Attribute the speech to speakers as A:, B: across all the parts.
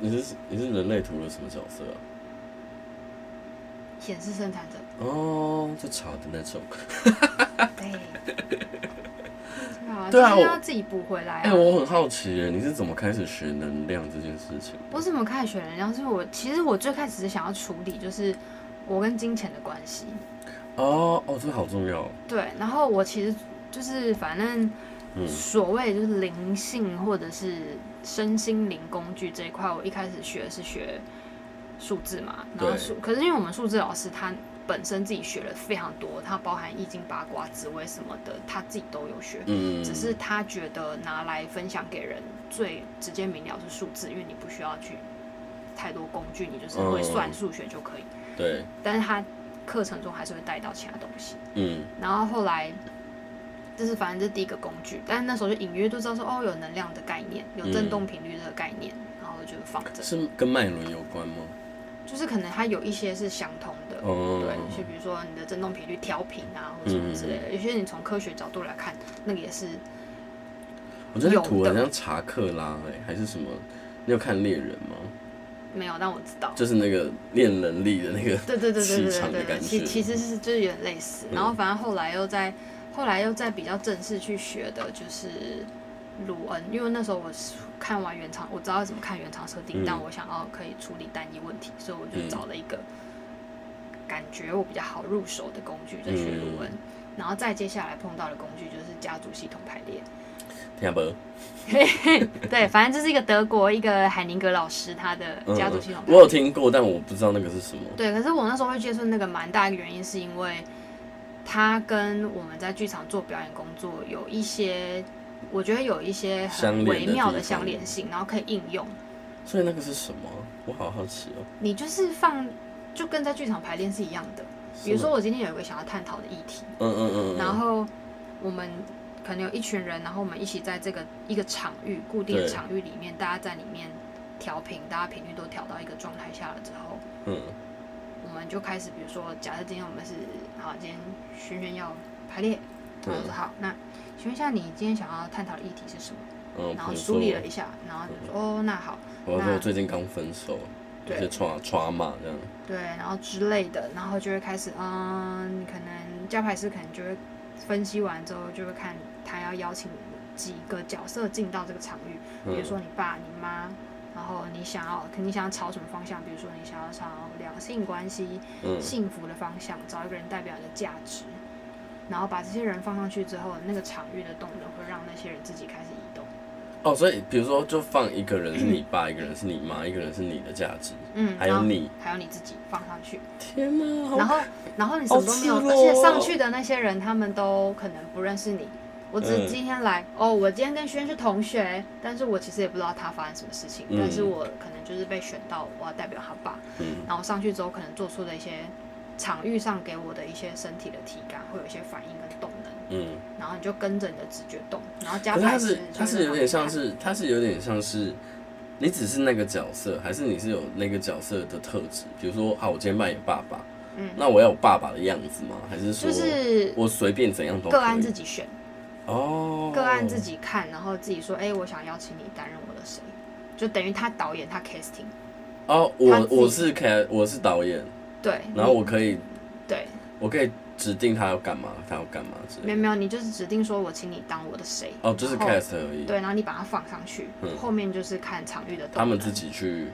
A: 你是人类图的什么角色啊？
B: 显示生产者，
A: 哦，就吵的那种。
B: 对， 啊，
A: 对啊
B: 就是
A: 我
B: 要自己补回来、
A: 哎、
B: 啊。
A: 我很好奇耶，你是怎么开始学能量这件事情？
B: 我怎么开始学能量？是我其实我最开始是想要处理，就是我跟金钱的关系。
A: 哦哦，这好重要。
B: 对，然后我其实就是反正
A: 嗯
B: 所谓就是灵性或者是身心灵工具这一块，我一开始学是学数字嘛，然后
A: 对
B: 数，可是因为我们数字老师他本身自己学了非常多，他包含易经、八卦、紫微什么的，他自己都有学。
A: 嗯，
B: 只是他觉得拿来分享给人最直接明了是数字，因为你不需要去太多工具，你就是会算
A: 嗯
B: 数学就可以。
A: 对，
B: 但是他课程中还是会带到其他东西。
A: 嗯
B: 然后后来，这是反正这是第一个工具，但是那时候就隐约就知道说，哦，有能量的概念，有振动频率的概念，然后就放着，
A: 嗯是跟脉轮有关吗？
B: 就是可能它有一些是相通的。
A: 哦，
B: 对，就比如说你的振动频率调频啊，或者什么之
A: 嗯
B: 类的，有些你从科学角度来看，那个也是
A: 我觉得
B: 有
A: 图很
B: 的
A: 像查克拉哎、还是什么？你有看猎人吗？
B: 没有让我知道。
A: 就是那个练能力的那个，
B: 对对对对
A: 气
B: 对
A: 场的
B: 对对，
A: 感
B: 其
A: 觉
B: 其实是就是有点类似，然后反正后来又在后来又在比较正式去学的就是鲁恩，因为那时候我是看完原厂，我知道怎么看原厂设定，
A: 嗯
B: 但我想要可以处理单一问题，所以我
A: 嗯
B: 就找了一个感觉我比较好入手的工具在学鲁恩，然后再接下来碰到的工具就是家族系统排列，
A: 听不懂？
B: 对，反正这是一个德国一个海宁格老师他的
A: 嗯
B: 家族系统排
A: 我
B: 列。
A: 有听过，但我不知道那个是什么。
B: 对，可是我那时候会接触那个蛮大一个原因，是因为他跟我们在剧场做表演工作有一些，我觉得有一些
A: 相
B: 很
A: 连的
B: 微妙的
A: 地方
B: 相连性，然后可以应用。
A: 所以那个是什么？啊我好好奇哦、
B: 你就是放，就跟在剧场排练是一样的。比如说，我今天有一个想要探讨的议题，
A: 嗯，嗯嗯嗯，
B: 然后我们可能有一群人，然后我们一起在这个一个场域固定的
A: 对
B: 场域里面，大家在里面调频，大家频率都调到一个状态下了之后，
A: 嗯，
B: 我们就开始，比如说，假设今天我们是好，今天轩轩要排列，然
A: 嗯
B: 后我说好，那请问一下你今天想要探讨的议题是什么？
A: 嗯，
B: 然
A: 比
B: 后
A: 如
B: 梳
A: 说，
B: 理了一下，然后就说哦，那好，
A: 我要说
B: 那
A: 我最近刚分手，有
B: 对
A: 些抓抓嘛这样，
B: 对，然后之类的，然后就会开始，嗯，可能加排师可能就会分析完之后，就会看他要邀请几个角色进到这个场域，比如
A: 嗯
B: 说你爸、你妈，然后你想要，可你想要朝什么方向？比如说你想要朝两性关系、
A: 嗯
B: 幸福的方向，找一个人代表你的价值，然后把这些人放上去之后，那个场域的动能会让那些人自己开始移动。
A: 哦，所以比如说就放一个人是你爸，一个人是你妈，一个人是你的价值，
B: 嗯，
A: 还有
B: 然后
A: 你，
B: 还有你自己放上去，
A: 天哪，好
B: 然后然后你什么都没有，
A: 哦好赤裸
B: 而
A: 哦
B: 且上去的那些人他们都可能不认识你。我只
A: 嗯
B: 是今天来、哦，我今天跟轩是同学，但是我其实也不知道他发生什么事情，
A: 嗯
B: 但是我可能就是被选到我要代表他爸，
A: 嗯
B: 然后上去之后可能做出的一些场域上给我的一些身体的体感，会有一些反应跟动能，
A: 嗯，
B: 然后你就跟着你的直觉动，然后加
A: 可是
B: 排
A: 它
B: 斥
A: 是它是有点像是它是有点像是。你只是那个角色，还是你是有那个角色的特质？比如说，啊，我今天扮演爸爸，
B: 嗯
A: 那我要有爸爸的样子吗？还是说，
B: 就是
A: 我随便怎样都
B: 个案自
A: 己
B: 己选，
A: 哦，
B: 个案自己看，然后自己说，哎、我想邀请你担任我的谁，就等于他导演他 casting，
A: 哦，
B: 他
A: 我
B: 自己嗯
A: 我是凯，我是导演，
B: 对，
A: 然后
B: 你
A: 我可以
B: 对，
A: 我可以指定他要干嘛，他要干嘛之类
B: 没
A: 的。
B: 有没有，你就是指定说我请你当我的谁，
A: 哦，就是
B: 然后
A: cast 而已，
B: 对，然后你把它放上去，
A: 嗯
B: 后面就是看场域的动能，
A: 他们自己去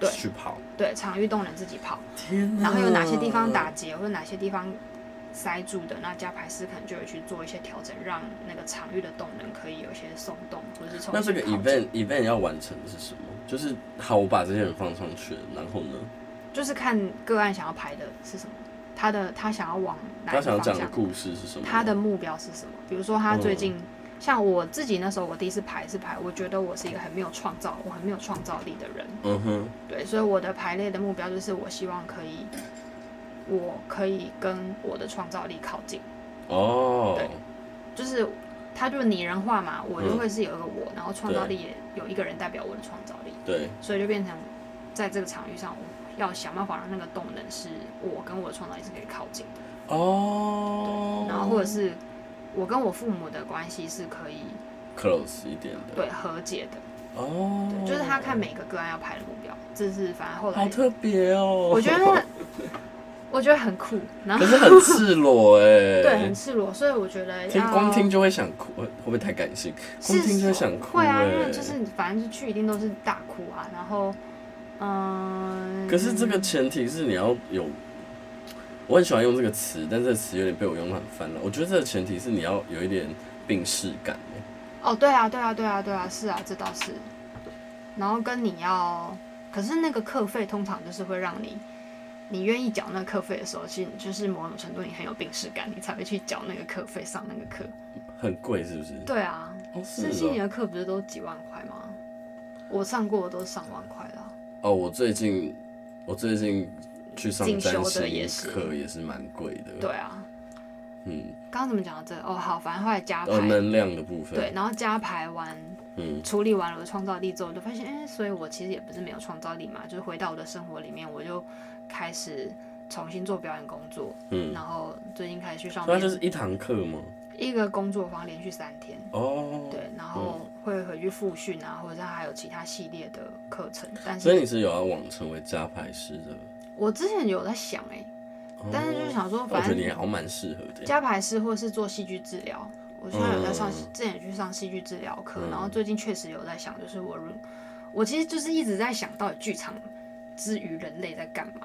B: 对
A: 去跑。
B: 对场域动能自己跑，
A: 天
B: 然后有哪些地方
A: 嗯
B: 打？结或者哪些地方塞住的，那加排师可能就会去做一些调整，让那个场域的动能可以有一些松动，或者是重
A: 那这
B: 新
A: 个
B: 靠近
A: event event 要完成的是什么？就是好，我把这些人放上去了，然后呢，
B: 就是看个案想要排的是什么，他的他想要往哪
A: 他
B: 个
A: 想要
B: 方
A: 讲的
B: 向，
A: 故事是什么？
B: 他的目标是什么？比如说他最近。
A: 嗯
B: 像我自己那时候，我第一次排是排，我觉得我是一个很没有创造，我很没有创造力的人，
A: 嗯哼，
B: 对，所以我的排列的目标就是我希望可以，我可以跟我的创造力靠近，
A: 哦
B: 对，就是他就是拟人化嘛，我就会是有一个我，然后创造力也有一个人代表我的创造力，
A: 对，
B: 所以就变成在这个场域上，我要想办法让那个动能是我跟我的创造力是可以靠近的，
A: 哦，
B: 然后或者是我跟我父母的关系是可以
A: close 一点的，
B: 对和解的，
A: 哦，
B: 对，就是他看每个个案要拍的目标，这是反正后
A: 好
B: 来
A: 特别哦，
B: 我觉得，我觉得很酷，然 后
A: 可是很赤裸哎、
B: 对很赤裸，所以我觉得
A: 听
B: 要
A: 光听就会想哭，会不会太感性？光
B: 哎哦是
A: 听就会想哭、
B: 会
A: 哎。
B: 啊，因为就是反正就去一定都是大哭啊，然后嗯，
A: 可是这个前提是你要有，我很喜欢用这个词，但这个词有点被我用得很烦了。我觉得这个前提是你要有一点病逝感、欸
B: 哦，对啊，对啊，对啊，对啊，是啊，这倒是。然后跟你要，可是那个课费通常就是会让你，你愿意缴那个课费的时候，其实就是某种程度你很有病耻感，你才会去缴那个课费上那个课。
A: 很贵是不是？
B: 对啊，
A: 哦，是
B: 这些年
A: 哦。
B: 的课不是都几万块吗？我上过的都是上万块的啊、
A: 哦，我最近我最近去上
B: 进修
A: 占
B: 的
A: 星
B: 也是
A: 课也是蛮贵的。
B: 对，啊，
A: 嗯，
B: 刚刚怎么讲到这？哦，好，反正后来加
A: 哦，
B: 牌，
A: 能量的部分，
B: 对，，然后加牌完
A: 嗯，
B: 处理完了我的创造力之后，我就发现，哎、所以我其实也不是没有创造力嘛，就是回到我的生活里面，我就开始重新做表演工作，
A: 嗯
B: 然后最近开始去上
A: 所以它
B: 班，
A: 就是一堂课吗？
B: 一个工作坊连续三天，
A: 哦，
B: 对，然后会回去复训啊，或者是还有其他系列的课程，但
A: 所以
B: 是
A: 你是有要往成为加牌师的，
B: 我之前有在想、哎，
A: 哦
B: 但是就是想说，
A: 那我
B: 反
A: 觉得你
B: 正
A: 好像蛮适合的耶。
B: 加牌师或是做戏剧治疗。我现在有在上，
A: 嗯嗯
B: 之前有去上戏剧治疗课，
A: 嗯
B: 然后最近确实有在想，就是我如，我其实就是一直在想到底剧场之于人类在干嘛。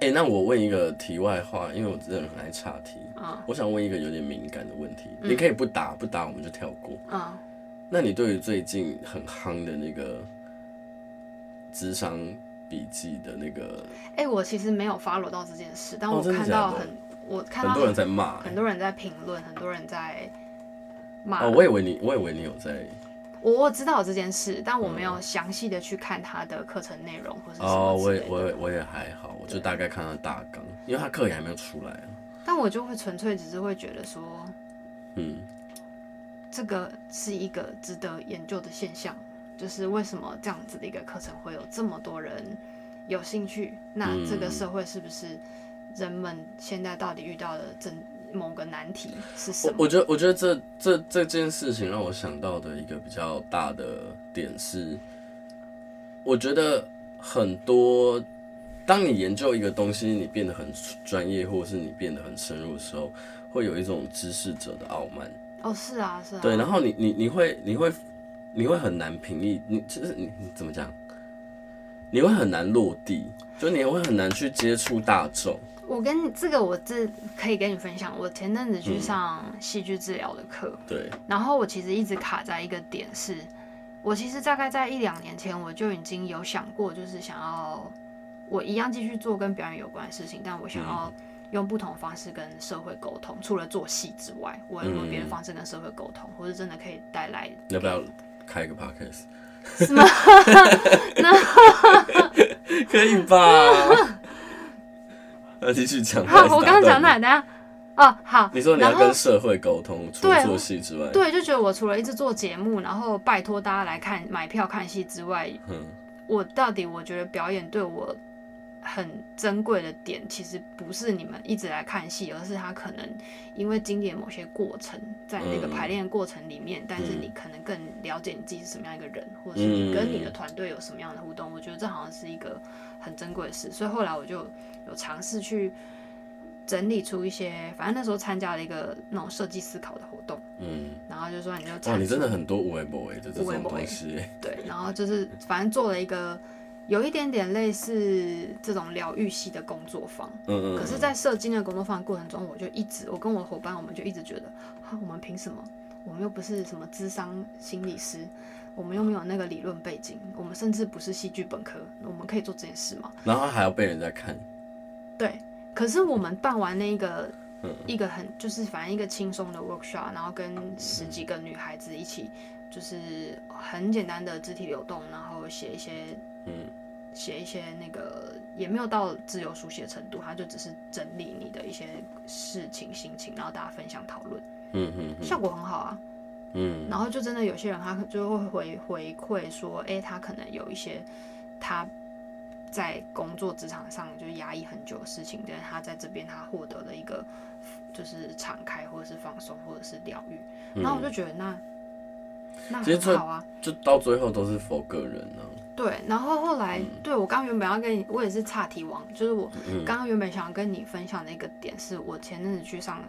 A: 哎、那我问一个题外话，因为我真的很爱岔题。
B: 嗯
A: 我想问一个有点敏感的问题，你可以不答，不答我们就跳过。
B: 嗯，
A: 那你对于最近很夯的那个智商笔记的那个，
B: 哎、我其实没有 follow 到这件事，但
A: 哦
B: 我
A: 真的
B: 看
A: 假
B: 到
A: 的
B: 很，我看
A: 很
B: 到
A: 多人在骂、欸
B: 很多人在评论，很多人在骂。
A: 哦，我以为你，我以为你有在
B: 我我知道有这件事，但我没有详细的去看他的课程内容或是什
A: 嗯哦，
B: 么之
A: 我
B: 类
A: 也
B: 的。
A: 我也我也还好，我就大概看到大纲，因为他课也还没有出来啊。
B: 但我就会纯粹只是会觉得说，
A: 嗯，
B: 这个是一个值得研究的现象，就是为什么这样子的一个课程会有这么多人有兴趣？那
A: 嗯
B: 这个社会是不是人们现在到底遇到的真某个难题是什
A: 我
B: 么？
A: 我觉得我觉得这这这件事情让我想到的一个比较大的点是，我觉得很多，当你研究一个东西，你变得很专业，或者是你变得很深入的时候，会有一种知识者的傲慢。
B: 哦，是啊，是啊，
A: 对，然后你你你会你会你会很难平易，你就是你你怎么讲？你会很难落地，就你会很难去接触大众。
B: 我跟你这个我这可以跟你分享，我前阵子去上戏剧治疗的课，
A: 对，
B: 然后我其实一直卡在一个点是，我其实大概在一两年前我就已经有想过，就是想要我一样继续做跟表演有关的事情，但我想要用不同方式跟社会沟通，除了做戏之外，我有没有别的
A: 嗯
B: 方式跟社会沟通，或是真的可以带来
A: 你要不要开一个 podcast？可以吧？要继续讲。
B: 好，我刚刚讲
A: 哪？
B: 哪？等一下，哦，好，
A: 你说你要
B: 然后
A: 跟社会沟通，除了
B: 对啊
A: 做戏之外，
B: 对，就觉得我除了一直做节目，然后拜托大家来看买票看戏之外，
A: 嗯，
B: 我到底我觉得表演对我很珍贵的点，其实不是你们一直来看戏，而是它可能因为经历了某些过程，在那个
A: 嗯
B: 排练的过程里面，但是
A: 嗯
B: 你可能更了解你自己是什么样一个人，或者是你跟
A: 嗯
B: 你的团队有什么样的互动。我觉得这好像是一个很珍贵的事，所以后来我就有尝试去。整理出一些，反正那时候参加了一个那种设计思考的活动，
A: 嗯，
B: 然后就说你就
A: 哇，
B: 产
A: 你真
B: 出
A: 的很多无为不为的这
B: 无微
A: 种
B: 不微
A: 东西，
B: 对，然后就是反正做了一个有一点点类似这种疗愈系的工作坊。
A: 嗯嗯。
B: 可是，在设计那个工作坊的过程中，我就一直，我跟我伙伴，我们就一直觉得，啊，我们凭什么？我们又不是什么智商心理师，我们又没有那个理论背景，我们甚至不是戏剧本科，我们可以做这件事吗？
A: 嗯然后还要被人家看，
B: 对，可是我们办完那个
A: 嗯
B: 一个很就是反正一个轻松的 workshop，然后跟十几个女孩子一起，就是很简单的肢体流动，然后写一些
A: 嗯
B: 写一些那个也没有到自由书写程度，它就只是整理你的一些事情心情，然后大家分享讨论，
A: 嗯嗯嗯
B: 效果很好啊。
A: 嗯，
B: 然后就真的有些人他可就会回回馈说，诶，他可能有一些他在工作职场上就是压抑很久的事情，但是他在这边他获得了一个就是敞开或者是放松或者是疗愈。然后我就觉得那那
A: 其实
B: 很
A: 最
B: 好啊。
A: 嗯就到最后都是否个人啊呢、
B: 对，然后后来，对我刚刚原本要跟你，我也是岔题王，就是我
A: 嗯
B: 刚刚原本想要跟你分享的一个点，是我前阵子去上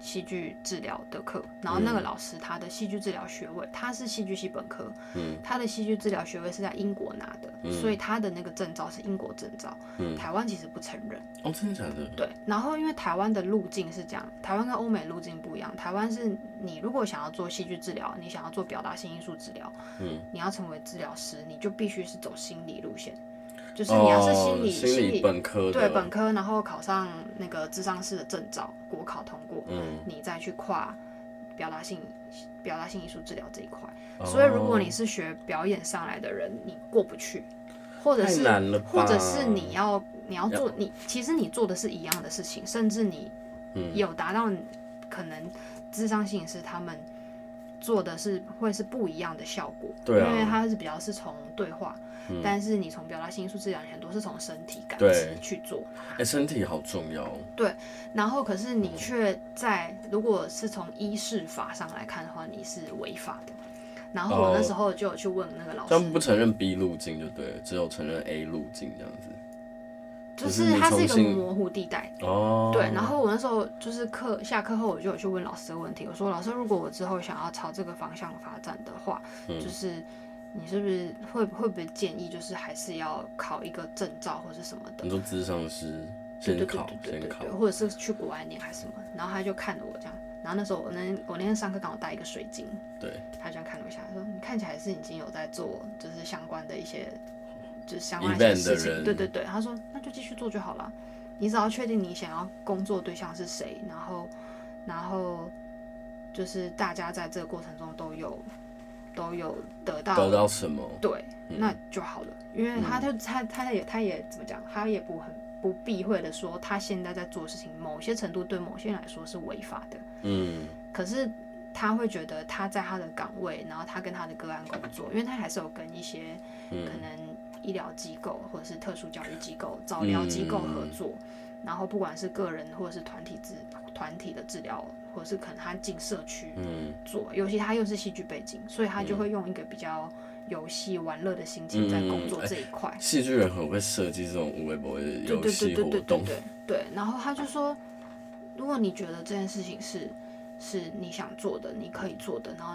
B: 戏剧治疗的课，然后那个老师他的戏剧治疗学位，他是戏剧系本科，
A: 嗯，
B: 他的戏剧治疗学位是在英国拿的，
A: 嗯
B: 所以他的那个证照是英国证照，
A: 嗯
B: 台湾其实不承认。
A: 哦，真的假的？
B: 对，然后因为台湾的路径是这样，台湾跟欧美路径不一样。台湾是你如果想要做戏剧治疗，你想要做表达性艺术治疗，
A: 嗯，
B: 你要成为治疗师，你就必须是走心理路线，就是你要是
A: 哦
B: 心，理、
A: 心理本科的，
B: 对本科，然后考上那个智商师的证照，国考通过，
A: 嗯，
B: 你再去跨表达性表达性艺术治疗这一块。所以如果你
A: 哦
B: 是学表演上来的人，你过不去，或者
A: 太
B: 是
A: 难了吧，
B: 或者是你要你要做你其实你做的是一样的事情，甚至你
A: 嗯
B: 有达到可能智商性是他们做的是会是不一样的效果，
A: 对啊
B: 因为它是比较是从对话，
A: 嗯
B: 但是你从表达性因素治疗你很多是从身体感
A: 对
B: 知去做，
A: 哎、身体好重要哦，
B: 然后可是你却在如果是从医事法上来看的话，你是违法的。然后我那
A: 哦
B: 时候就有去问那个老师，
A: 他们不承认 B 路径就对了，只有承认 A 路径这样子。
B: 就
A: 只是
B: 是
A: 你
B: 它是一个
A: 重新
B: 模糊地带。
A: 哦，
B: 对，然后我那时候就是课下课后，我就有去问老师这个问题。我说：“老师，如果我之后想要朝这个方向发展的话，
A: 嗯
B: 就是你是不是会会不会建议，就是还是要考一个证照或是什么的
A: 你？说智商师
B: 对
A: 嗯先
B: 对对
A: 考
B: 对对
A: 先
B: 对
A: 考
B: 对，，或者是去国外念还是什么？”然后他就看着我这样，然后那时候我那我那天上课刚好带一个水晶，
A: 对，
B: 他这样看了我一下，说：“你看起来是已经有在做，就是相关的一些，就是相关
A: Event
B: 一些事
A: 的人
B: 情。”对对对，他说：“那就继续做就好了。你只要确定你想要工作对象是谁，然后，然后就是大家在这个过程中都有都有得到
A: 得到什么？
B: 对，
A: 嗯
B: 那就好了。因为他就他他也他也怎么讲，他也不很不避讳的说，他现在在做的事情，某些程度对某些人来说是违法的。
A: 嗯，
B: 可是他会觉得他在他的岗位，然后他跟他的个案工作，因为他还是有跟一些
A: 嗯
B: 可能医疗机构或者是特殊教育机构、早疗机构合作，
A: 嗯
B: 然后不管是个人或者是团体治团体的治疗，或者是可能他进社区
A: 嗯
B: 做，尤其他又是戏剧背景，所以他就会用一个比较游戏玩乐的心
A: 嗯
B: 情在工
A: 哎
B: 作这一块。
A: 戏剧人很会设计这种无微博的
B: 对
A: 游
B: 对对
A: 戏
B: 对
A: 活
B: 对对
A: 动，
B: 对对。然后他就说，如果你觉得这件事情是是你想做的，你可以做的，然后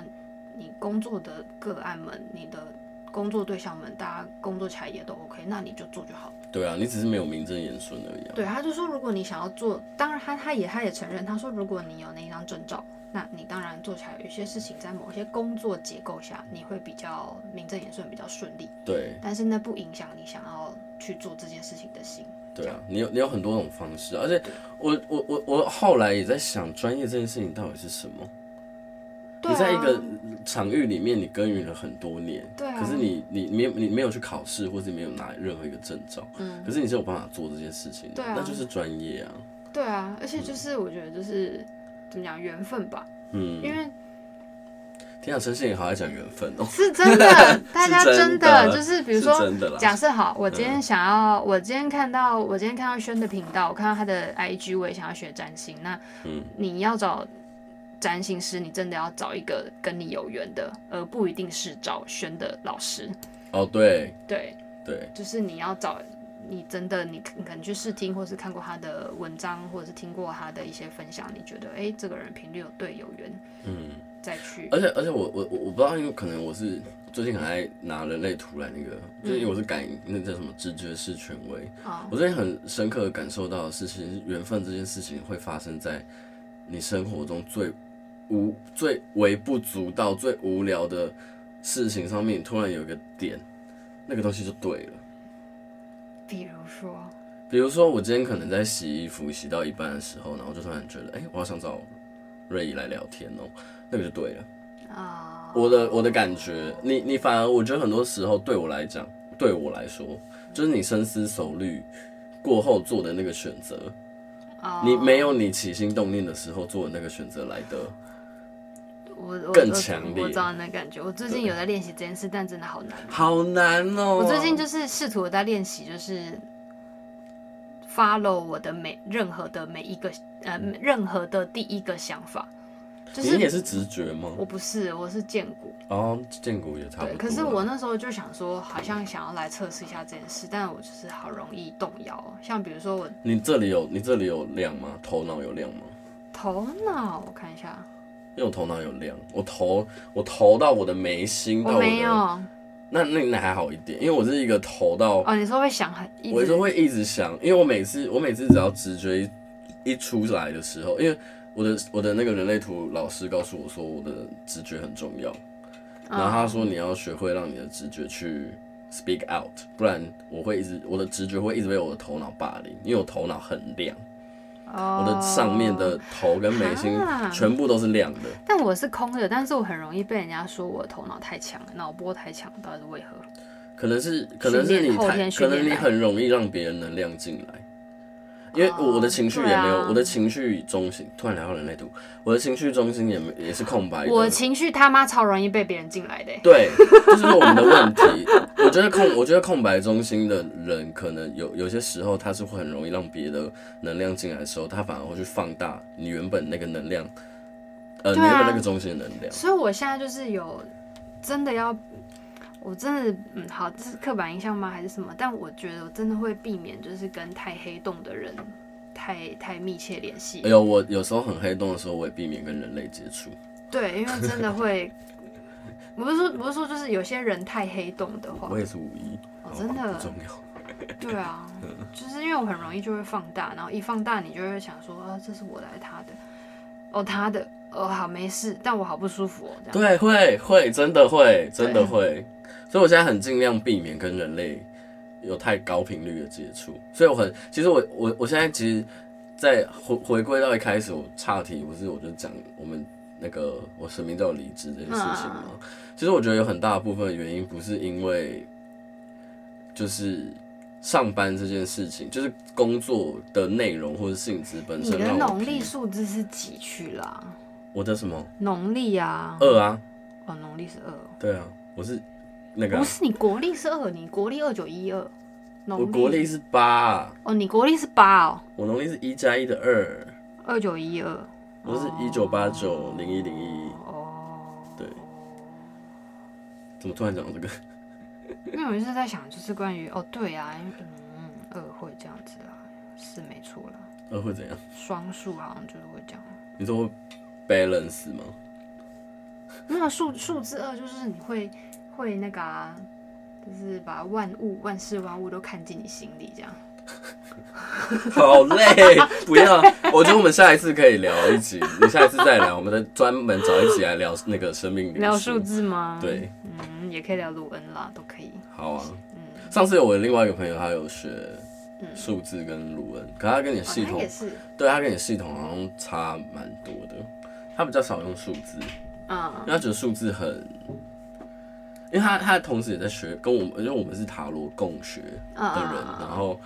B: 你工作的个案们，你的工作对象们，大家工作起来也都 OK，那你就做就好了。
A: 对啊，你只是没有名正言顺而已、啊。
B: 对，他就说，如果你想要做，当然他他也他也承认，他说如果你有那一张证照，那你当然做起来有些事情在某些工作结构下，你会比较名正言顺，比较顺利，
A: 对
B: 但是那不影响你想要去做这件事情的心。
A: 对啊，你有你有很多种方式，而且我我我我后来也在想，专业这件事情到底是什么？
B: 对
A: 你在一
B: 啊
A: 个场域里面，你耕耘了很多年，
B: 对啊
A: 可是你你没有你没有去考试，或是没有拿任何一个证照，
B: 嗯
A: 可是你是有办法做这件事情的，
B: 对啊
A: 那就是专业啊，
B: 对啊，而且就是我觉得就是怎么讲缘分吧，
A: 嗯，
B: 因为
A: 天啊，陈信也好爱讲缘分哦，
B: 是真 的，大家
A: 真
B: 真
A: 的
B: 就是 比
A: 是
B: 如说。
A: 真的啦，嗯
B: 假设好，我今天想要，我今天看到，我今天看到轩的频道，我看到他的 IG，我也想要学占星。那
A: 嗯
B: 你要找占星师，你真的要找一个跟你有缘的，而不一定是找轩的老师。
A: 哦对
B: 对，
A: 对，
B: 就是你要找你真的你你可能去试听，或是看过他的文章，或者是听过他的一些分享，你觉得哎、诶这个人频率有对有缘，
A: 嗯，
B: 再去
A: 而且而且我我我我不知道，因为可能我是最近很爱拿人类图来那个，就是
B: 嗯
A: 因为我是感那叫什么直觉式权威，
B: 啊、
A: 我最近很深刻的感受到的事情是，缘分这件事情会发生在你生活中最无、最微不足道、最无聊的事情上面，突然有一个点，那个东西就对了。
B: 比如说，
A: 比如说，我今天可能在洗衣服，洗到一半的时候，然后就突然觉得，哎、我好想找瑞怡来聊天哦、那个就对了。
B: 啊、
A: 我的我的感觉，你你反而我觉得很多时候对我来讲，对我来说，就是你深思熟虑过后做的那个选择，
B: 啊
A: 你没有你起心动念的时候做的那个选择来的，
B: 我我
A: 更
B: 我
A: 强烈
B: 我知道那感觉。我最近有在练习这件事，但真的好难。
A: 好难哦、
B: 我最近就是试图在练习，就是 follow 我的每任何的每一个呃任何的第一个想法，就
A: 你也
B: 是
A: 是直觉吗？
B: 我不是，我是见骨。
A: 哦，建股也差不
B: 对，
A: 多。
B: 可是我那时候就想说，好像想要来测试一下这件事，但我就是好容易动摇哦。像比如说我
A: 你这里有你这里有亮吗？头脑有亮吗？
B: 头脑，我看一下，
A: 因为我头脑有亮，我头我头到我的眉心到
B: 我
A: 我
B: 哦没有
A: 的，那那那还好一点，因为我是一个头到
B: 哦。你说会想很一
A: 我
B: 直
A: 就会一直想，因为我每次我每次只要直觉一一出来的时候，因为我的我的那个人类图老师告诉我说我的直觉很重要，然后
B: 嗯
A: 他说你要学会让你的直觉去 speak out，不然我会一直我的直觉会一直被我的头脑霸凌，因为我头脑很亮，
B: 哦
A: 我的上面的头跟眉心
B: 啊
A: 全部都是亮的。
B: 但我是空的，但是我很容易被人家说我头脑太强了，脑波太强，到底是为何？
A: 可能是可能是你
B: 训练后
A: 太
B: 天
A: 可
B: 训练
A: 能你
B: 来
A: 很容易让别人能量进来，因为我的情绪也没有，
B: 哦对啊
A: 我的情绪中心突然聊到人类图，我的情绪中心也没也是空白的。
B: 我情绪他妈超容易被别人进来的欸、
A: 对，这就是我们的问题。我觉得空，我觉得空白中心的人，可能有有些时候他是会很容易让别的能量进来的时候，他反而会去放大你原本那个能量，呃，你
B: 对啊
A: 原本那个中心的能量。
B: 所以我现在就是有真的要，我真的嗯，好，这是刻板印象吗？还是什么？但我觉得我真的会避免，就是跟太黑洞的人太太密切联系。
A: 哎呦，我有时候很黑洞的时候，我也避免跟人类接触。
B: 对，因为真的会， 我不是说不是说，就是有些人太黑洞的话
A: 我，也是五一，
B: 哦真的
A: 不重要。
B: 对啊，
A: 嗯
B: 就是因为我很容易就会放大，然后一放大你就会想说，啊，这是我的，还是他的，哦，他的，哦，好，没事，但我好不舒服哦，这样。
A: 对，啊会会，真的会，真的会。所以我现在很尽量避免跟人类有太高频率的接触。所以我很，其实我我我现在其实，在回回归到一开始我岔题，不是我就讲我们那个我神明叫离职这件事情
B: 嗯
A: 嘛。其实我觉得有很大部分的原因不是因为，就是。上班这件事情，就是工作的内容或者性质本
B: 你
A: 身
B: 的
A: 让我
B: 农历
A: 疲
B: 数字是几去啦？
A: 我的什么
B: 农历啊，
A: 二啊，
B: 哦，农历是二哦，
A: 对啊，我是那个啊、
B: 不是你国历是二，你国历二九一二，
A: 我
B: 农
A: 国历是八，
B: 哦，你国历是八哦，
A: 我农历是一加一的二，
B: 二九一二，
A: 我是一九八九零一零一。
B: 哦，
A: 对，怎么突然讲到这个？
B: 因为我就是在想，就是关于哦，对啊，嗯，二会这样子啦，是没错啦，
A: 呃，会怎样？
B: 双数好像就是会这样，
A: 你说会 balance 吗？
B: 没有数数字二就是你会会那个、啊，就是把万物万事万物都看进你心里这样。
A: 好累，不要。我觉得我们下一次可以聊一集，你下一次再聊，我们再专门找一集来聊那个生命灵
B: 聊
A: 数
B: 数。字吗？
A: 对，
B: 嗯，也可以聊卢恩啦，都可以。
A: 好啊。
B: 嗯，
A: 上次有我另外一个朋友，他有学
B: 嗯
A: 数字跟卢恩，可他跟你
B: 哦
A: 系
B: 他
A: 统，
B: 也是，
A: 对他跟你系统好像差蛮多的。他比较少用数字，
B: 嗯
A: 因为他觉得数字很，因为他他同时也在学跟我们，因为我们是塔罗共学
B: 嗯
A: 的人，
B: 嗯
A: 然后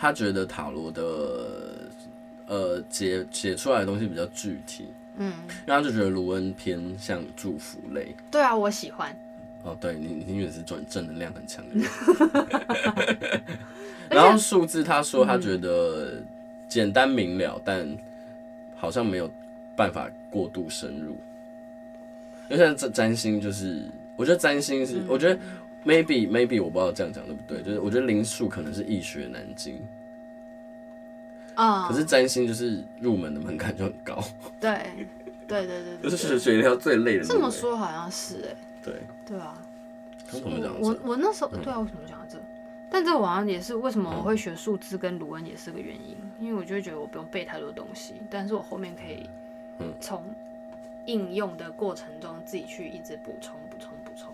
A: 他觉得塔罗的呃解解出来的东西比较具体，
B: 嗯，
A: 因为他就觉得卢恩偏向祝福类。
B: 对啊，我喜欢，
A: 哦，对你，你永远是正正能量很强的 人。然后数字，他说
B: 嗯
A: 他觉得简单明了，但好像没有办法过度深入。因为像占占星，就是我觉得占星
B: 嗯
A: 是，我觉得 maybe maybe 我不知道这样讲对不对，就是我觉得灵数可能是易学难精，
B: 嗯，
A: 可是占星就是入门的门槛就很高，
B: 对，对对对
A: 就
B: 对
A: 是
B: 对，
A: 学学一条最累的路。
B: 这么说好像是哎，
A: 对，
B: 对啊，
A: 刚我们讲
B: 嗯我
A: 的
B: 我那时
A: 嗯
B: 候对啊，为什么讲到这？但这我好像也是为什么我会学数字跟卢恩也是个原因，因为我就会觉得我不用背太多东西，但是我后面可以
A: 嗯
B: 从应用的过程中自己去一直补充补充补充，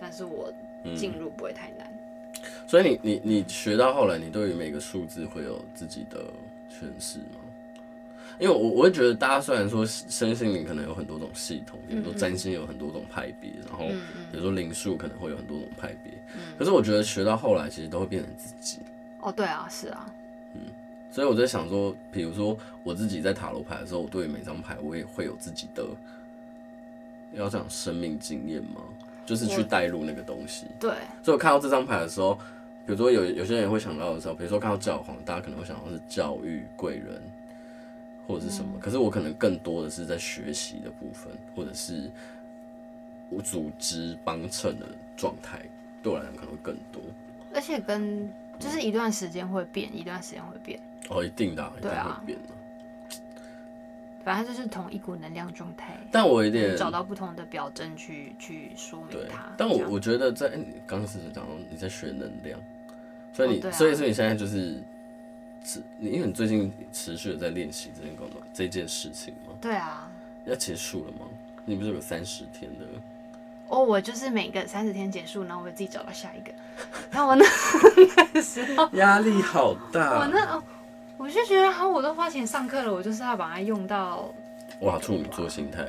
B: 但是我
A: 嗯
B: 进入不会太难。
A: 所以你你你学到后来，你对于每个数字会有自己的诠释吗？因为我我会觉得，大家虽然说身心灵可能有很多种系统，比如说占星有很多种派别，然后
B: 嗯
A: 比如说灵数可能会有很多种派别，可是我觉得学到后来其实都会变成自己。
B: 哦，对啊，是啊，
A: 所以我在想说，比如说我自己在塔罗牌的时候，我对于每张牌我也会有自己的，要讲生命经验吗？就是去
B: 我
A: 带入那个东西。
B: 对，
A: 所以我看到这张牌的时候，比如说有有些人会想到的时候，比如说看到教皇，大家可能会想到是教育贵人，或者是
B: 嗯
A: 什么，可是我可能更多的是在学习的部分，或者是我组织帮衬的状态，对我来讲可能会更多。
B: 而且跟就是一段时间会变，一段时间会变，
A: 哦，一定的啊、一定
B: 对啊
A: 会变的。
B: 反正就是同一股能量状态，
A: 但我有点
B: 找到不同的表征去去说明
A: 对
B: 它。，
A: 但
B: 这
A: 我
B: 样
A: 我觉得在哎你刚刚是讲到你在学能量，所以
B: 哦
A: 你、
B: 对啊
A: 所以所以你现在就是持你因为你最近持续的在练习这件工作这件事情吗？
B: 对啊，
A: 要结束了吗？你不是有三十天的？
B: 哦，我就是每个三十天结束，然后我自己找到下一个。然后我那那时候，
A: 哦压力好
B: 我
A: 大！
B: 那哦，我就觉得，好，我都花钱上课了，我就是要把它用到，
A: 哇，处女座心态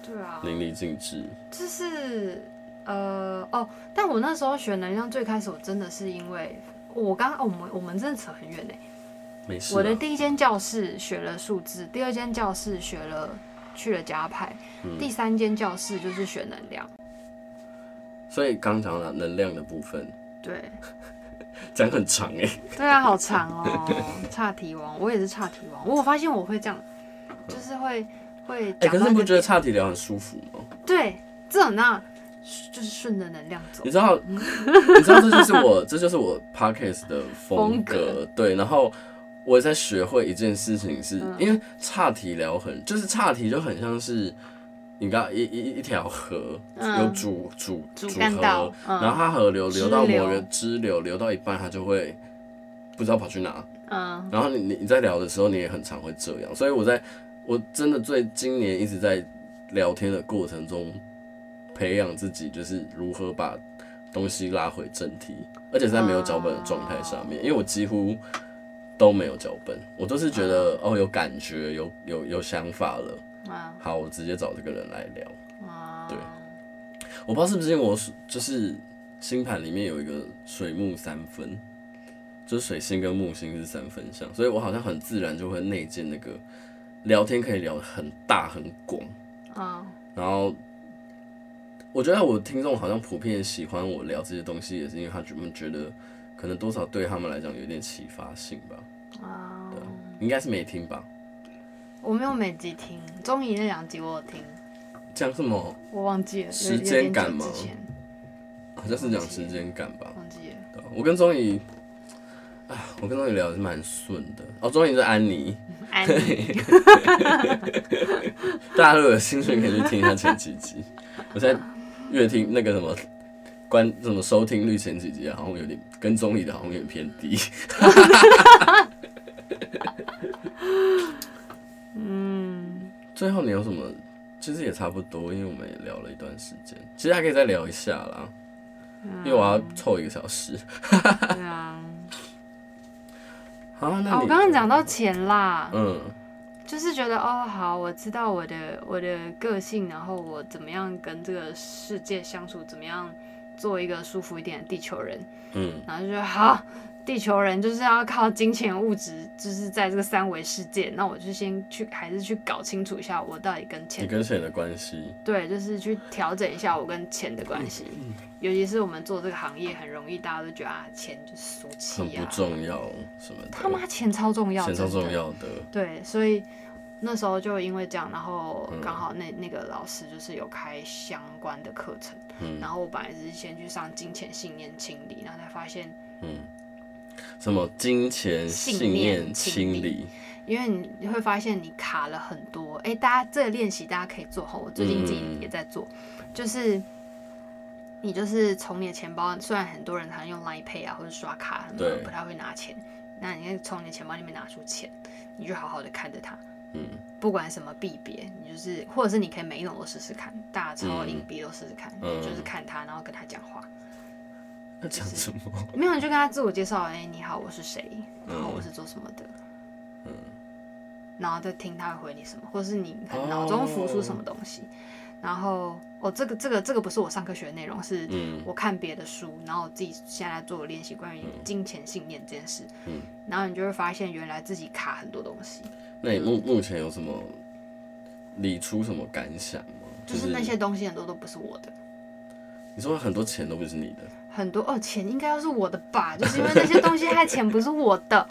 B: 对啊，
A: 淋漓尽致。
B: 就是呃哦，但我那时候学能量，最开始我真的是因为我刚、哦、我们我们真的扯很远呢。欸
A: 没事、啊，
B: 我的第一间教室学了数字，第二间教室学了去了加派，第三间教室就是学能量，
A: 所以刚讲了能量的部分，
B: 对。
A: 讲很长哎、
B: 对啊，好长哦， 岔题王，我也是岔题王。我有发现我会这样，就是会会
A: 哎、
B: 讲
A: 可是
B: 到一
A: 你不
B: 个
A: 觉得岔题聊很舒服吗？
B: 对这种那就是顺着能量走
A: 你。知道，你知道这就是 我，这就是我 podcast 的风
B: 风格
A: 对，然后我在学会一件事情是，
B: 嗯
A: 因为岔题聊很，就是岔题就很像是你刚一一一条河，
B: 嗯
A: 有主主
B: 主
A: 主
B: 干道
A: 河，
B: 嗯
A: 然后它河流流到
B: 支流
A: 某个支流，流到一半它就会不知道跑去哪，
B: 嗯，
A: 然后你你你在聊的时候，你也很常会这样，所以我在我真的最今年一直在聊天的过程中，培养自己就是如何把东西拉回正题，而且在没有脚本的状态上面，因为我几乎都没有脚本，我都是觉得哦有感觉，有有有想法了，
B: 啊
A: 好，我直接找这个人来聊。
B: 啊，
A: 对我不知道是不是因为我水就是星盘里面有一个水木三分，就是水星跟木星是三分相，所以我好像很自然就会内建那个聊天可以聊得很大很广，
B: 啊，
A: 然后我觉得我听众好像普遍喜欢我聊这些东西，也是因为他们觉得可能多少对他们来讲有一点启发性吧，
B: 啊，
A: 应该是没听吧？
B: 我没有每集听，综艺那两集我有听，
A: 讲什么？
B: 我忘记了，有
A: 时间感吗
B: 有点久之前
A: 好像是讲时间感吧？
B: 忘记了，
A: 对我跟钟怡，啊，我跟钟怡聊的是蛮顺的哦。钟怡是安妮，
B: 安妮，
A: 大家如果有兴趣可以去听一下前几集。我现在越听那个什么关什么收听率前几集好像有点跟踪你的好像有点偏低。
B: 嗯，
A: 最后你有什么？其实也差不多，因为我们也聊了一段时间，其实还可以再聊一下啦，因为我要凑一个小时。
B: 嗯对啊，
A: 好， 那
B: 啊，
A: 你
B: 我刚刚讲到钱啦，
A: 嗯，
B: 就是觉得哦，好，我知道我的我的个性，然后我怎么样跟这个世界相处，怎么样做一个舒服一点的地球人，
A: 嗯
B: 然后就觉得好，地球人就是要靠金钱物质，就是在这个三维世界，那我就先去还是去搞清楚一下我到底跟
A: 你
B: 钱
A: 跟谁的关系？
B: 对，就是去调整一下我跟钱的关系，
A: 嗯
B: 尤其是我们做这个行业，很容易大家都觉得啊，钱就是俗气
A: 很不
B: 啊，
A: 重要什么的，
B: 他妈钱超重要，
A: 钱超
B: 真的
A: 重要的，
B: 对，所以那时候就因为这样，然后
A: 嗯
B: 刚好那那个老师就是有开相关的课程，
A: 嗯
B: 然后我本来是先去上金钱信念清理，然后才发现，
A: 嗯，什么金钱
B: 信
A: 信念
B: 念
A: 清
B: 清理
A: 理，
B: 因为你你会发现你卡了很多，哎，大家这个练习大家可以做好，我最近自己
A: 嗯
B: 也在做，就是。你就是从你的钱包，虽然很多人常用 Line Pay 啊或者刷卡，很多人
A: 对
B: 不太会拿钱，那你可以从你的钱包里面拿出钱，你就好好的看着它，
A: 嗯，
B: 不管什么币别，你就是或者是你可以每一种都试试看，大钞、硬币都试试看，
A: 嗯
B: 就是看他，然后跟他讲话。
A: 那讲什么？
B: 没有，你就跟他自我介绍，哎、你好，我是谁，然后我是做什么的，
A: 嗯
B: 然后再听他会回你什么，或者是你可能脑中浮出什么东西。然后哦，这个这个这个不是我上课学的内容，是
A: 嗯
B: 我看别的书，然后我自己现在做练习关于金钱信念这件事。
A: 嗯
B: 然后你就会发现，原来自己卡很多东西，
A: 那你目目前有什么理出什么感想吗？
B: 就是那些东西很多都不是我的。
A: 你说很多钱都不是你的，
B: 很多哦，钱应该要是我的吧，就是因为那些东西害钱不是我的，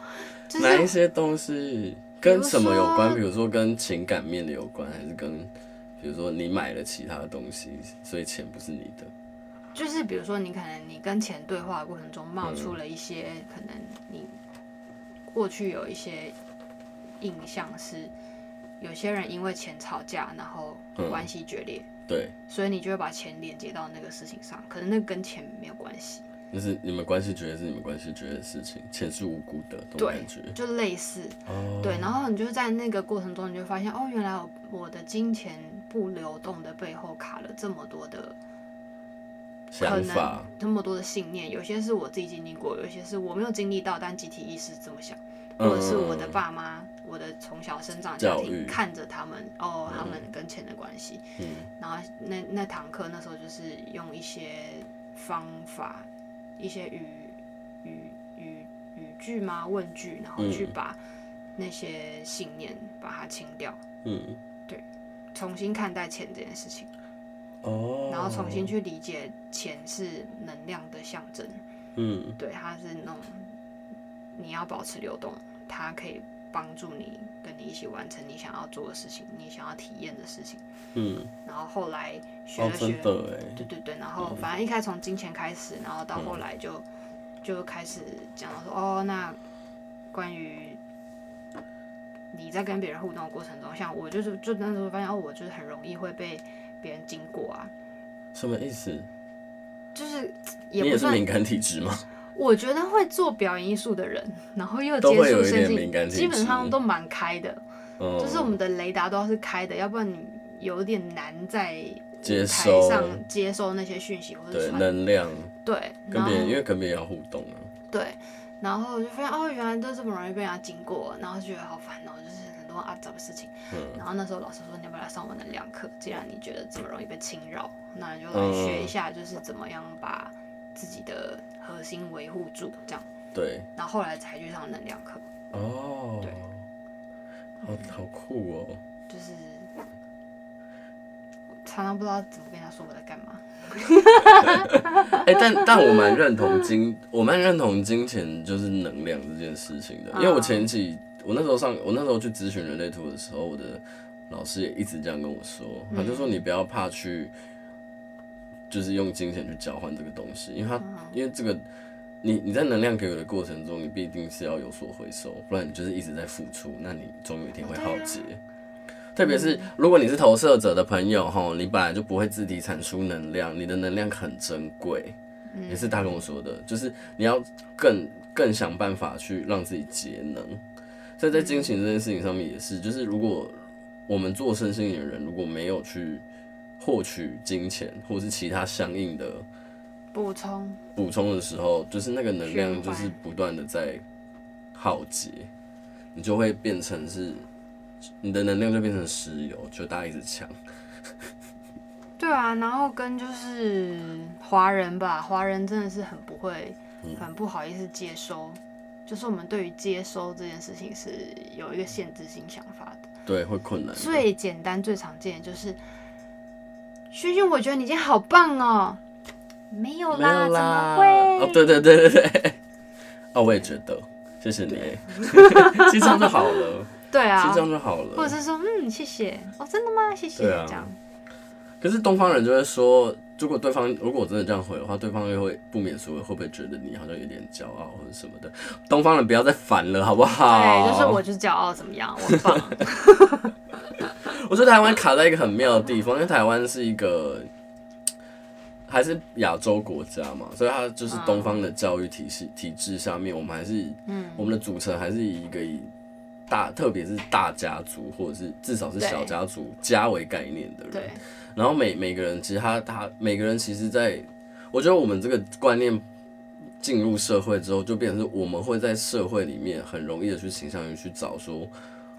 B: 就
A: 哪一
B: 是
A: 些东西？跟什么有关？
B: 比
A: 比如说跟情感面的有关，还是跟比如说你买了其他的东西，所以钱不是你的。
B: 就是比如说，你可能你跟钱对话的过程中冒出了一些、可能你过去有一些印象是，有些人因为钱吵架，然后
A: 嗯
B: 关系决裂，
A: 对，
B: 所以你就会把钱连接到那个事情上，可能那跟钱没有关系，
A: 那是你们关系觉得是你们关系觉得的事情，钱是无辜的，这种
B: 对
A: 感觉。
B: 就类似
A: 哦，
B: 对，然后你就在那个过程中，你就发现哦，原来我我的金钱不流动的背后卡了这么多的可
A: 想
B: 能
A: 法，
B: 这么多的信念，有些是我自己经历过，有些是我没有经历到，但集体意识这么想，或者是我的爸妈、我的从小生长家
A: 嗯教育
B: 庭看着他们，哦，他们跟钱的关系，
A: 嗯
B: 然后那那堂课那时候就是用一些方法，一些语语语语句吗？问句，然后去
A: 嗯
B: 把那些信念把它清掉，
A: 嗯，
B: 重新看待钱这件事情，
A: 哦，
B: 然后重新去理解钱是能量的象征。
A: 嗯
B: 对，它是那种你要保持流动，它可以帮助你跟你一起完成你想要做的事情，你想要体验的事情。
A: 嗯，
B: 然后后来学
A: 哦
B: 了，学，
A: 真的哎，
B: 对对对，然后反正一开始从金钱开始，然后
A: 嗯
B: 到后来就、就开始讲到说，哦，那关于。你在跟别人互动的过程中，像我就是就那时候发现哦，我就是很容易会被别人经过啊，
A: 什么意思？
B: 就是
A: 你
B: 也不
A: 也是
B: 算
A: 敏感体质吗？
B: 我觉得会做表演艺术的人，然后又
A: 都
B: 接
A: 会有
B: 触
A: 一
B: 身
A: 点敏感
B: 心，
A: 体
B: 基本上
A: 质
B: 都蛮开的，
A: 嗯，
B: 就是我们的雷达都要是开的，要不然你有点难在
A: 接
B: 台
A: 收
B: 上接收那些讯息或者
A: 对
B: 传
A: 能量
B: 对，
A: 跟
B: 然后
A: 别人，因为跟别人要互动啊，
B: 对，然后我就发现哦，原来都这么容易被人家经过，然后就觉得好烦哦，就是很多阿杂的事情。
A: 嗯
B: 然后那时候老师说你要不要来上我的两课？既然你觉得这么容易被侵扰，那你就来学一下，就是怎么样把自己的核心维护住，这样。
A: 对，
B: 然后后来才去上能量课。
A: 哦，
B: 对
A: 好好酷哦。
B: 就是常常不知道怎么跟他说我在干嘛。
A: 哎、但但我蛮认同金，我蛮认同金钱就是能量这件事情的，因为我前期我那时候上我那时候去咨询人类图的时候，我的老师也一直这样跟我说，他就说你不要怕去，就是用金钱去交换这个东西，因为他因为这个你你在能量给予的过程中，你必定是要有所回收，不然你就是一直在付出，那你总有一天会耗竭。特别是如果你是投射者的朋友吼，你本来就不会自体产出能量，你的能量很珍贵，也是他跟我说的，就是你要更更想办法去让自己节能。所以在金钱这件事情上面也是，就是如果我们做身心灵的人，如果没有去获取金钱或者是其他相应的
B: 补充，
A: 补充的时候，就是那个能量
B: 循环
A: 就是不断的在耗竭，你就会变成是你的能量就变成石油，就大家一直抢。
B: 对啊，然后跟就是华人吧，华人真的是很不会，
A: 嗯
B: 很不好意思接收，就是我们对于接收这件事情是有一个限制性想法的。
A: 对，会困难的。
B: 最简单、最常见的就是，萱萱，我觉得你今天好棒哦。没有
A: 没
B: 啦，
A: 有啦，
B: 怎么会？
A: 哦，对对对对对， 哦，我也觉得，谢谢你， 其实这样就好了，
B: 对
A: 其
B: 啊
A: 实这，样就好
B: 或
A: 了
B: 者。是说，嗯，谢谢，哦，真的吗？谢谢，
A: 对啊
B: 这样。
A: 可是东方人就会说，如果对方如果我真的这样回的话，对方又会不免说会不会觉得你好像有点骄傲或者什么的。东方人不要再烦了，好不好？
B: 对，就是我就是骄傲，怎么样？我 很棒。
A: 我觉得台湾卡在一个很妙的地方，因为台湾是一个还是亚洲国家嘛，所以它就是东方的教育体系体制下面，我们还是
B: 嗯，
A: 我们的组成还是以一个以大，特别是大家族或者是至少是小家族家为概念的人
B: 对。，
A: 然后每每个人其实他他每个人其实在，我觉得我们这个观念进入社会之后，就变成是我们会在社会里面很容易的去倾向于去找说，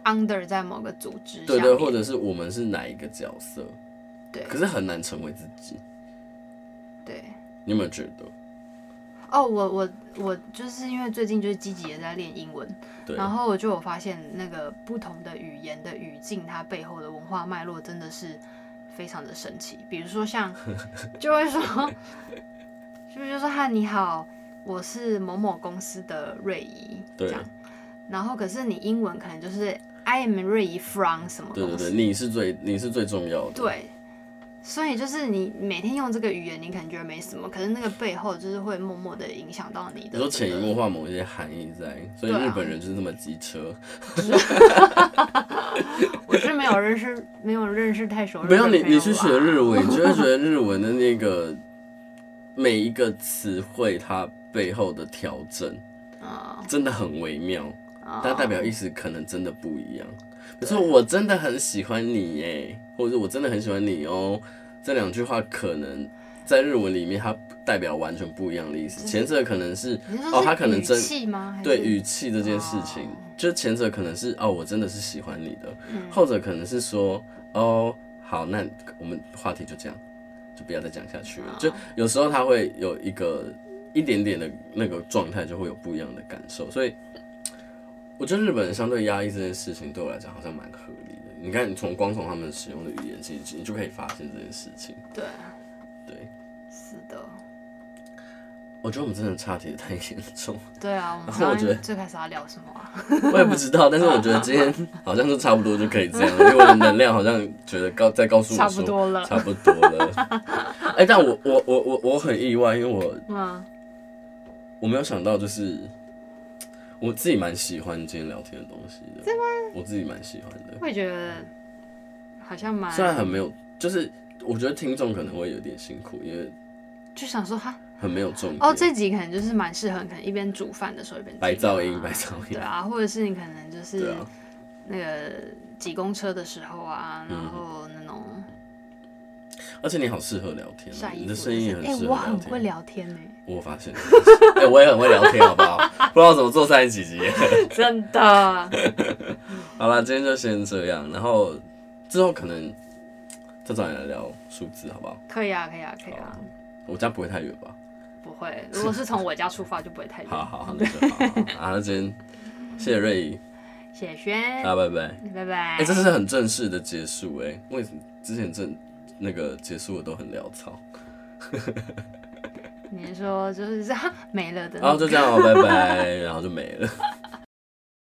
B: under 在某个组织下
A: 对
B: 面，
A: 对，或者是我们是哪一个角色，
B: 对
A: 可是很难成为自己。
B: 对。
A: 你有没有觉得？
B: 哦，我我我就是因为最近就是积极的在练英文，
A: 对，
B: 然后我就有发现那个不同的语言的语境，它背后的文化脉络真的是非常的神奇。比如 说像就会说，就就说嗨你好，我是某某公司的瑞怡，
A: 对
B: 这样。然后可是你英文可能就是 I am really from 什么
A: 对
B: 东
A: 对
B: 西。
A: 对，你是最你是最重要的。
B: 对，所以就是你每天用这个语言，你可能觉得没什么，可是那个背后就是会默默的影响到你
A: 你
B: 的、
A: 说潜移默化某一些含义在，所以
B: 对啊
A: 日本人就是这么机车。
B: 我是没有认识，没有认识太熟。
A: 没有你，你去学日
B: 文，
A: 文，你就会觉 得日文的那个每一个词汇它背后的调整
B: 嗯，
A: 真的很微妙，
B: 嗯
A: 它代表意思可能真的不一样。可是我真的很喜欢你耶，或者我真的很喜欢你哦，这两句话可能在日文里面它代表完全不一样的意思。前者可能是
B: 你是说
A: 哦
B: 是
A: 他可能
B: 语
A: 真
B: 气吗？还
A: 对
B: 是
A: 语气这件事情
B: 哦，
A: 就前者可能是哦，我真的是喜欢你的，
B: 嗯
A: 后者可能是说哦，好，那我们话题就这样，就不要再讲下去了。就有时候他会有一个一点点的那个状态，就会有不一样的感受。所以我觉得日本人相对压抑这件事情，对我来讲好像蛮合理的。你看，你从光从他们使用的语言，其实你就可以发现这件事情。
B: 对
A: 对，
B: 是的，
A: 我觉得我们真的差题太严重 了，
B: 对啊，我们
A: 然后
B: 刚
A: 我觉得
B: 刚最开始要聊什么啊？
A: 我也不知道，但是我觉得今天好像是差不多就可以这样了，因为我的能量好像觉得告在告诉我
B: 差
A: 说
B: 不多 了
A: 差不多了。哎、但我我我我我很意外，因为我
B: 嗯，
A: 我没有想到，就是我自己蛮喜欢今天聊天的东西的，对吗？我自己蛮喜欢的，
B: 我也觉得好像蛮，
A: 虽然很没有，就是我觉得听众可能会有点辛苦，因为
B: 就想说哈，
A: 很没有重点。
B: 哦，这集可能就是蛮适合，可能一边煮饭的时候一边听啊
A: 白噪音白噪音
B: 对啊，或者是你可能就
A: 对
B: 是
A: 啊，
B: 那个挤公车的时候啊，
A: 嗯
B: 然后那种
A: 而且你好适合聊天哦
B: 晒，衣
A: 你
B: 服
A: 的声音也很
B: 哎、
A: 适合聊
B: 我很会
A: 天。
B: 聊 天呢、
A: 我发现了， 哎、我也很会聊天，好不好？ 不知道怎么做三十几集。
B: 真的。
A: 好啦，今天就先这样，然后之后可能再找你来聊数字，好不好？
B: 可以啊，可以啊，可以啊，
A: 我家不会太远吧？
B: 不会。如果是从我家出发，就不会太 远。
A: 好好好，那就好好。好啊，那今天谢谢瑞怡，
B: 谢谢轩，
A: 大家拜拜。
B: 拜拜。
A: 哎、这是很正式的结束哎、为什么之前正那个结束的都很潦 草？
B: 你是说就是这样没了的那
A: 然后
B: 种
A: 哦就这样哦，拜拜，然后就没了。